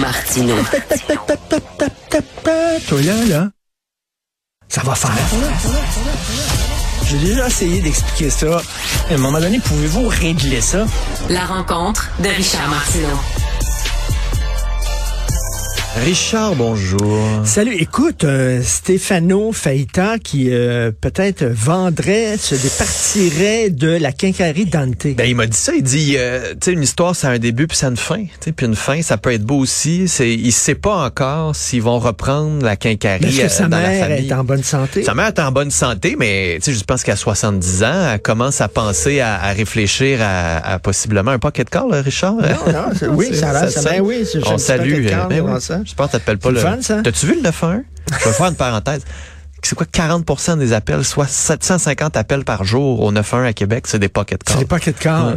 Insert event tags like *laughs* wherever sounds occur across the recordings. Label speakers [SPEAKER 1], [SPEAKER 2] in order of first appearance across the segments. [SPEAKER 1] Martino.
[SPEAKER 2] Toi là, là, ça va faire. J'ai déjà essayé d'expliquer ça. À un moment donné, pouvez-vous régler ça?
[SPEAKER 1] La rencontre de Richard Martineau.
[SPEAKER 3] Richard, bonjour.
[SPEAKER 2] Salut, écoute, euh, Stefano Faita qui euh, peut-être vendrait, se départirait de la quincaillerie Dante.
[SPEAKER 3] Ben, il m'a dit ça. Il dit, euh, tu sais, une histoire, ça a un début puis ça a une fin. Tu sais, puis une fin, ça peut être beau aussi. C'est, il sait pas encore s'ils vont reprendre la
[SPEAKER 2] Parce
[SPEAKER 3] quincaillerie
[SPEAKER 2] que
[SPEAKER 3] euh,
[SPEAKER 2] sa
[SPEAKER 3] dans la
[SPEAKER 2] mère
[SPEAKER 3] famille.
[SPEAKER 2] est en bonne santé.
[SPEAKER 3] Sa mère est en bonne santé, mais tu sais, je pense qu'à 70 ans, elle commence à penser, à, à réfléchir à, à possiblement un pocket call, là, Richard.
[SPEAKER 2] Non, non, c'est- oui,
[SPEAKER 3] C'est-
[SPEAKER 2] ça a l'air, ça-
[SPEAKER 3] sonne.
[SPEAKER 2] ben oui, c'est- j'ai un
[SPEAKER 3] On
[SPEAKER 2] petit
[SPEAKER 3] salue.
[SPEAKER 2] pocket
[SPEAKER 3] euh,
[SPEAKER 2] call
[SPEAKER 3] ben
[SPEAKER 2] avant
[SPEAKER 3] oui.
[SPEAKER 2] ça.
[SPEAKER 3] Je pense que t'appelles pas
[SPEAKER 2] C'est
[SPEAKER 3] le.
[SPEAKER 2] le fun, ça.
[SPEAKER 3] T'as-tu vu le 9-1? Je vais faire une parenthèse. C'est quoi 40 des appels, soit 750 appels par jour au 9-1 à Québec, c'est des pocket
[SPEAKER 2] C'est
[SPEAKER 3] calls.
[SPEAKER 2] les pocket cars.
[SPEAKER 3] Ouais.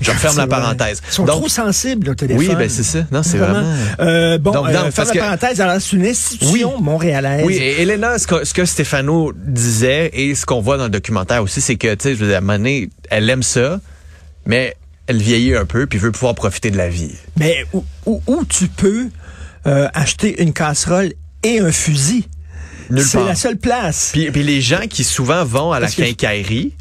[SPEAKER 3] Je ferme la
[SPEAKER 2] C'est vrai.
[SPEAKER 3] parenthèse.
[SPEAKER 2] Ils sont
[SPEAKER 3] Donc-
[SPEAKER 2] trop sensibles au téléphone.
[SPEAKER 3] Oui, ben c'est ça. Non, c'est vraiment-
[SPEAKER 2] Euh, bon,
[SPEAKER 3] Donc,
[SPEAKER 2] euh,
[SPEAKER 3] non,
[SPEAKER 2] ferme
[SPEAKER 3] parce
[SPEAKER 2] la
[SPEAKER 3] que-
[SPEAKER 2] parenthèse. Alors, c'est une institution montréalaise.
[SPEAKER 3] Oui, et Elena, ce que, ce que Stéphano disait et ce qu'on voit dans le documentaire aussi, c'est que, tu sais, je veux dire, à un moment donné, elle aime ça, mais elle vieillit un peu puis veut pouvoir profiter de la vie.
[SPEAKER 2] Mais où, où- où tu peux euh, acheter une casserole et un fusil?
[SPEAKER 3] Nulle
[SPEAKER 2] C'est
[SPEAKER 3] part.
[SPEAKER 2] la seule place.
[SPEAKER 3] Puis, puis les gens qui souvent vont à la
[SPEAKER 2] Parce que-
[SPEAKER 3] quincaillerie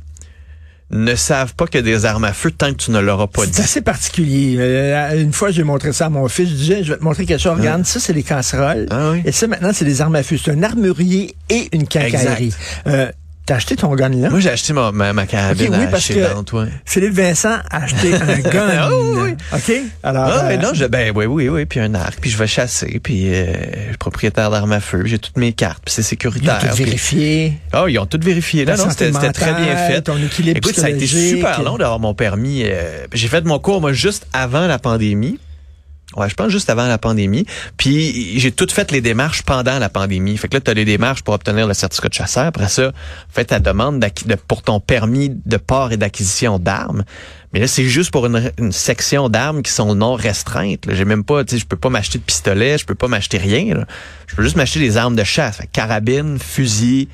[SPEAKER 3] ne savent pas que des armes à feu tant que tu ne leur as pas dit.
[SPEAKER 2] C'est assez particulier. Euh, une fois, j'ai montré ça à mon fils. Je disais, je vais te montrer quelque chose. Regarde, ça, c'est les casseroles.
[SPEAKER 3] Hein? Ah oui.
[SPEAKER 2] Et ça, maintenant, c'est des armes à feu. C'est un armurier et une quincaillerie.
[SPEAKER 3] Exact.
[SPEAKER 2] Euh, T'as acheté ton gun là?
[SPEAKER 3] Moi, j'ai acheté ma, ma, ma
[SPEAKER 2] Ok,
[SPEAKER 3] carabine
[SPEAKER 2] oui,
[SPEAKER 3] à-
[SPEAKER 2] parce
[SPEAKER 3] chez
[SPEAKER 2] que
[SPEAKER 3] Dante, ouais.
[SPEAKER 2] Philippe Vincent a acheté
[SPEAKER 3] *laughs*
[SPEAKER 2] un gun.
[SPEAKER 3] Ah oui, oui.
[SPEAKER 2] OK? Alors,
[SPEAKER 3] Ah, ouais,
[SPEAKER 2] euh,
[SPEAKER 3] non, je, ben oui, oui, oui, puis un arc, puis je vais chasser, puis euh, je suis propriétaire d'armes à feu, puis j'ai toutes mes cartes, puis c'est
[SPEAKER 2] il a
[SPEAKER 3] sécuritaire.
[SPEAKER 2] tout
[SPEAKER 3] puis-
[SPEAKER 2] vérifié.
[SPEAKER 3] Ah, ils ont tout vérifié.
[SPEAKER 2] Ta
[SPEAKER 3] Là, non,
[SPEAKER 2] santé
[SPEAKER 3] c'était c'était très bien
[SPEAKER 2] mentale,
[SPEAKER 3] fait.
[SPEAKER 2] ton équilibre
[SPEAKER 3] Écoute, ça a été
[SPEAKER 2] psychologique.
[SPEAKER 3] super long d'avoir mon permis. euh, J'ai fait mon cours, moi, juste avant la pandémie. Ouais, je pense juste avant la pandémie. Puis j'ai toutes fait les démarches pendant la pandémie. Fait que là, tu as les démarches pour obtenir le certificat de chasseur. Après ça, fais ta demande d'acqui- de- pour ton permis de port et d'acquisition d'armes. Mais là, c'est juste pour une, une section d'armes qui sont non restreintes. là. J'ai même pas, tu sais, je peux pas m'acheter de pistolet, je peux pas m'acheter rien. là. Je peux juste m'acheter des armes de chasse. Fait que carabine, fusil,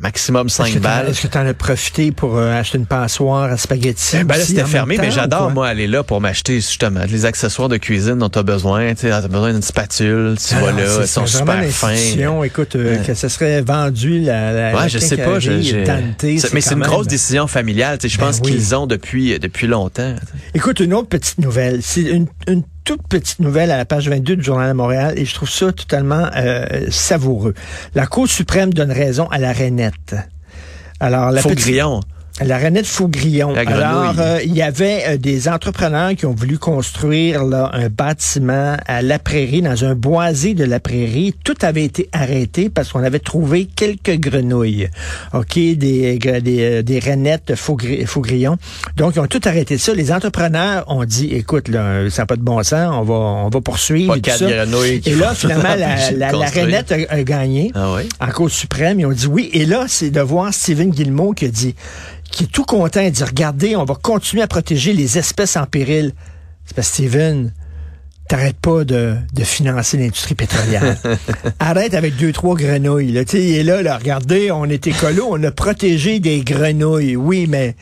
[SPEAKER 3] maximum
[SPEAKER 2] Est-ce
[SPEAKER 3] 5
[SPEAKER 2] que t'en-
[SPEAKER 3] balles.
[SPEAKER 2] Est-ce que tu en as profité pour euh, acheter une passoire à spaghetti?
[SPEAKER 3] Ben là,
[SPEAKER 2] aussi en
[SPEAKER 3] c'était
[SPEAKER 2] même
[SPEAKER 3] fermé,
[SPEAKER 2] temps,
[SPEAKER 3] mais
[SPEAKER 2] ou
[SPEAKER 3] j'adore,
[SPEAKER 2] quoi?
[SPEAKER 3] moi, aller là pour m'acheter, justement, les accessoires de cuisine dont tu as besoin. Tu as besoin d'une spatule, tu
[SPEAKER 2] Ah
[SPEAKER 3] vas
[SPEAKER 2] non,
[SPEAKER 3] là,
[SPEAKER 2] c'est-
[SPEAKER 3] ils sont
[SPEAKER 2] c'est vraiment
[SPEAKER 3] super
[SPEAKER 2] une
[SPEAKER 3] fins.
[SPEAKER 2] institution. Écoute, euh, que ce serait vendu la, la la
[SPEAKER 3] Ouais, je sais pas. je-
[SPEAKER 2] quincaillerie
[SPEAKER 3] je-
[SPEAKER 2] Dante,
[SPEAKER 3] c'est- mais c'est
[SPEAKER 2] quand
[SPEAKER 3] une
[SPEAKER 2] même-
[SPEAKER 3] grosse décision familiale. tu sais, Je
[SPEAKER 2] Ben
[SPEAKER 3] pense
[SPEAKER 2] oui.
[SPEAKER 3] qu'ils ont depuis, depuis longtemps.
[SPEAKER 2] Écoute, une autre petite nouvelle. C'est une, une toute petite nouvelle à la page 22 du Journal de Montréal et je trouve ça totalement euh, savoureux. La Cour suprême donne raison à la rainette. Alors, la
[SPEAKER 3] Faux
[SPEAKER 2] petite-
[SPEAKER 3] grillon.
[SPEAKER 2] La Renette Faugrillon.
[SPEAKER 3] La grenouille.
[SPEAKER 2] Alors, euh, il y avait euh, des entrepreneurs qui ont voulu construire là, un bâtiment à la prairie, dans un boisé de la prairie. Tout avait été arrêté parce qu'on avait trouvé quelques grenouilles. OK, des, gre- des, euh, des Renettes Faugri- Faugrillon. Donc, ils ont tout arrêté ça. Les entrepreneurs ont dit, écoute, là, ça n'a pas de bon sens, on va, on va poursuivre.
[SPEAKER 3] Pas
[SPEAKER 2] et tout
[SPEAKER 3] quatre
[SPEAKER 2] ça.
[SPEAKER 3] grenouilles qui
[SPEAKER 2] Et là,
[SPEAKER 3] vont- *laughs*
[SPEAKER 2] finalement, la,
[SPEAKER 3] obligés de
[SPEAKER 2] la, la
[SPEAKER 3] construire.
[SPEAKER 2] Renette a, a gagné
[SPEAKER 3] Ah oui?
[SPEAKER 2] en Cour suprême, ils ont dit oui. Et là, c'est de voir Stephen Guillemot qui a dit, qui est tout content, il dit, regardez, on va continuer à protéger les espèces en péril. C'est parce que Stephen, t'arrêtes pas de, de financer l'industrie
[SPEAKER 3] *laughs*
[SPEAKER 2] pétrolière. Arrête avec deux, trois grenouilles. Là. Tu sais, il est là, là, regardez, on est écolo, on a protégé des grenouilles. Oui, mais...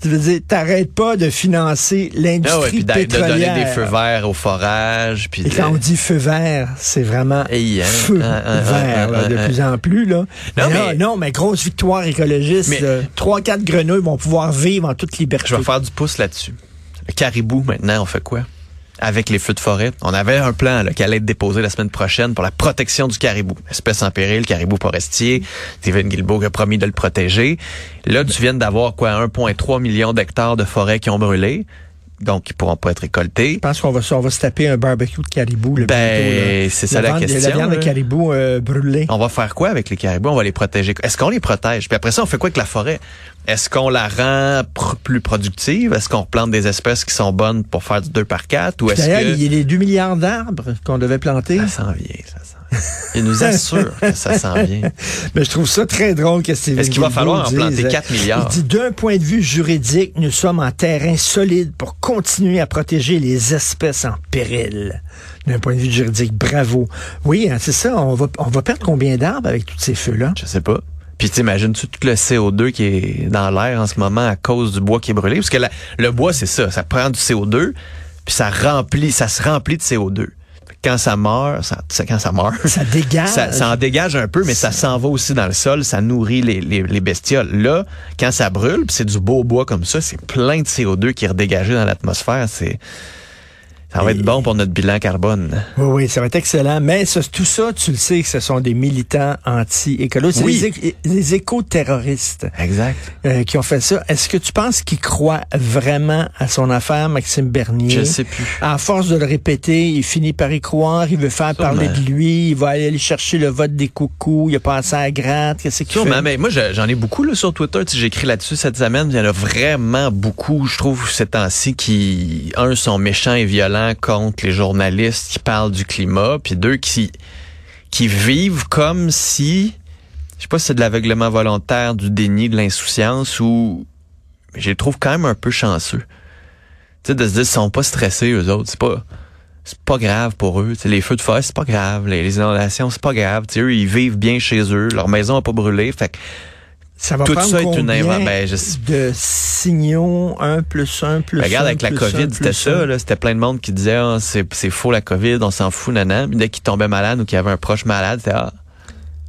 [SPEAKER 2] Tu veux dire, t'arrêtes pas de financer
[SPEAKER 3] Ah ouais,
[SPEAKER 2] l'industrie
[SPEAKER 3] puis d'a- de
[SPEAKER 2] pétrolière.
[SPEAKER 3] donner des feux verts au forage. Puis
[SPEAKER 2] Et
[SPEAKER 3] de-
[SPEAKER 2] quand on dit feu vert, c'est vraiment
[SPEAKER 3] Hey, hein,
[SPEAKER 2] feu
[SPEAKER 3] hein, hein,
[SPEAKER 2] vert
[SPEAKER 3] hein,
[SPEAKER 2] là,
[SPEAKER 3] hein,
[SPEAKER 2] de
[SPEAKER 3] hein.
[SPEAKER 2] plus en plus. Là.
[SPEAKER 3] Non,
[SPEAKER 2] mais, là,
[SPEAKER 3] mais-
[SPEAKER 2] non, mais grosse victoire écologiste.
[SPEAKER 3] Mais-
[SPEAKER 2] là. Trois, quatre grenouilles vont pouvoir vivre en toute liberté.
[SPEAKER 3] Je vais faire du pouce là-dessus. Le caribou, maintenant, on fait quoi? Avec les feux de forêt. On avait un plan là, qui allait être déposé la semaine prochaine pour la protection du caribou. Espèce en péril, caribou forestier. Steven Guilbeault a promis de le protéger. Là, tu viens d'avoir quoi? 1,3 million d'hectares de forêt qui ont brûlé. Donc, qui pourront pas être récoltés.
[SPEAKER 2] Je pense qu'on va, se- on va se taper un barbecue de caribou. Là, bientôt,
[SPEAKER 3] Ben,
[SPEAKER 2] là.
[SPEAKER 3] c'est ça
[SPEAKER 2] la
[SPEAKER 3] la
[SPEAKER 2] viande-
[SPEAKER 3] question, hein. Oh,
[SPEAKER 2] La viande de
[SPEAKER 3] là.
[SPEAKER 2] caribou euh, brûlée.
[SPEAKER 3] On va faire quoi avec les caribous? On va les protéger. Est-ce qu'on les protège? Puis après ça, on fait quoi avec la forêt? Est-ce qu'on la rend pr- plus productive? Est-ce qu'on plante des espèces qui sont bonnes pour faire du 2 par 4? Ou est-ce
[SPEAKER 2] D'ailleurs,
[SPEAKER 3] que...
[SPEAKER 2] il y a les 2 milliards d'arbres qu'on devait planter.
[SPEAKER 3] Ça s'en vient, ça s'en vient. Il nous assure que ça s'en vient.
[SPEAKER 2] Mais je trouve ça très drôle que Steven
[SPEAKER 3] Est-ce qu'il va
[SPEAKER 2] Guilbeault
[SPEAKER 3] falloir en
[SPEAKER 2] dise,
[SPEAKER 3] planter
[SPEAKER 2] euh,
[SPEAKER 3] 4 milliards?
[SPEAKER 2] Il dit, d'un point de vue juridique, nous sommes en terrain solide pour continuer à protéger les espèces en péril. D'un point de vue juridique, bravo. Oui, hein, c'est ça, on va, on va perdre combien d'arbres avec tous ces feux-là?
[SPEAKER 3] Je sais pas. Puis t'imagines-tu tout le CO2 qui est dans l'air en ce moment à cause du bois qui est brûlé? Parce que la- le bois, c'est ça. Ça prend du CO2, puis ça remplit, ça se remplit de CO2. Fait que Quand ça meurt, ça, ça- quand ça meurt,
[SPEAKER 2] Ça dégage.
[SPEAKER 3] *laughs* ça, ça en dégage un peu, mais ça s'en va aussi dans le sol, ça nourrit les, les- les bestioles. Là, quand ça brûle, puis c'est du beau bois comme ça, c'est plein de CO2 qui est redégagé dans l'atmosphère. C'est ça va être bon pour notre bilan carbone.
[SPEAKER 2] Oui, oui, ça va être excellent. Mais ça- tout ça, tu le sais, que ce sont des militants anti-écolos. C'est
[SPEAKER 3] Oui.
[SPEAKER 2] les, éco- les éco-terroristes
[SPEAKER 3] Exact.
[SPEAKER 2] euh, qui ont fait ça. Est-ce que tu penses qu'ils croient vraiment à son affaire, Maxime Bernier?
[SPEAKER 3] Je sais plus.
[SPEAKER 2] À force de le répéter, il finit par y croire, il veut faire
[SPEAKER 3] Sûrement.
[SPEAKER 2] parler de lui, il va aller chercher le vote des coucous, il a pensé à gratte, qu'est-ce qu'il
[SPEAKER 3] Sûrement,
[SPEAKER 2] fait?
[SPEAKER 3] mais moi je- j'en ai beaucoup là, sur Twitter. Tu sais, J'écris là-dessus cette semaine. Il y en a vraiment beaucoup, je trouve, ces temps-ci, qui, un, sont méchants et violents contre les journalistes qui parlent du climat, puis deux, qui, qui vivent comme si, je sais pas si c'est de l'aveuglement volontaire, du déni, de l'insouciance, ou mais je les trouve quand même un peu chanceux. Tu sais, de se dire, ils sont pas stressés, eux autres. C'est pas, c'est pas grave pour eux. Tu sais, les feux de forêt, c'est pas grave. Les, les inondations, c'est pas grave. Tu sais, eux, ils vivent bien chez eux. Leur maison a pas brûlé. Fait que
[SPEAKER 2] Ça va
[SPEAKER 3] tout
[SPEAKER 2] prendre
[SPEAKER 3] ça est une
[SPEAKER 2] combien
[SPEAKER 3] inven- ben, je sais-
[SPEAKER 2] de signaux, un plus un plus
[SPEAKER 3] Ben, regarde,
[SPEAKER 2] un,
[SPEAKER 3] avec la
[SPEAKER 2] plus un,
[SPEAKER 3] COVID,
[SPEAKER 2] plus
[SPEAKER 3] c'était
[SPEAKER 2] un.
[SPEAKER 3] ça. là. C'était plein de monde qui disait Ah, c'est, c'est faux la COVID, on s'en fout, nanan. Puis dès qu'ils tombaient malade ou qu'il y avait un proche malade, c'était Ah,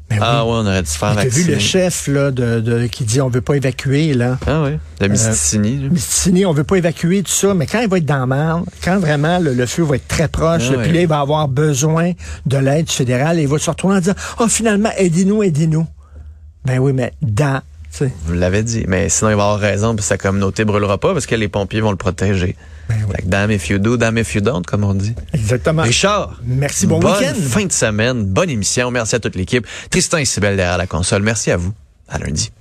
[SPEAKER 2] Ben oui.
[SPEAKER 3] ah ouais, on aurait dû se faire
[SPEAKER 2] Mais T'as vu
[SPEAKER 3] vacciner.
[SPEAKER 2] le chef là, de, de- qui dit on veut pas évacuer là.
[SPEAKER 3] Ah oui, de
[SPEAKER 2] Euh,
[SPEAKER 3] Misticini. là.
[SPEAKER 2] Mistigini, on veut pas évacuer tout ça, mais quand il va être dans la marne, quand vraiment le, le feu va être très proche, là,
[SPEAKER 3] Ah
[SPEAKER 2] puis
[SPEAKER 3] ouais.
[SPEAKER 2] là, il va avoir besoin de l'aide fédérale et il va se retrouver en disant Oh finalement, aidez-nous, aidez-nous. Ben oui, mais dans tu sais.
[SPEAKER 3] Vous l'avez dit. Mais sinon, il va avoir raison, puis sa communauté brûlera pas parce que les pompiers vont le protéger.
[SPEAKER 2] Ben
[SPEAKER 3] Fait que damn if you do, damn if you don't, comme on dit.
[SPEAKER 2] Exactement.
[SPEAKER 3] Richard.
[SPEAKER 2] Merci, bon
[SPEAKER 3] bonne
[SPEAKER 2] week-end.
[SPEAKER 3] fin de semaine, bonne émission. Merci à toute l'équipe. Tristan et Sybelle derrière la console. Merci à vous. À lundi.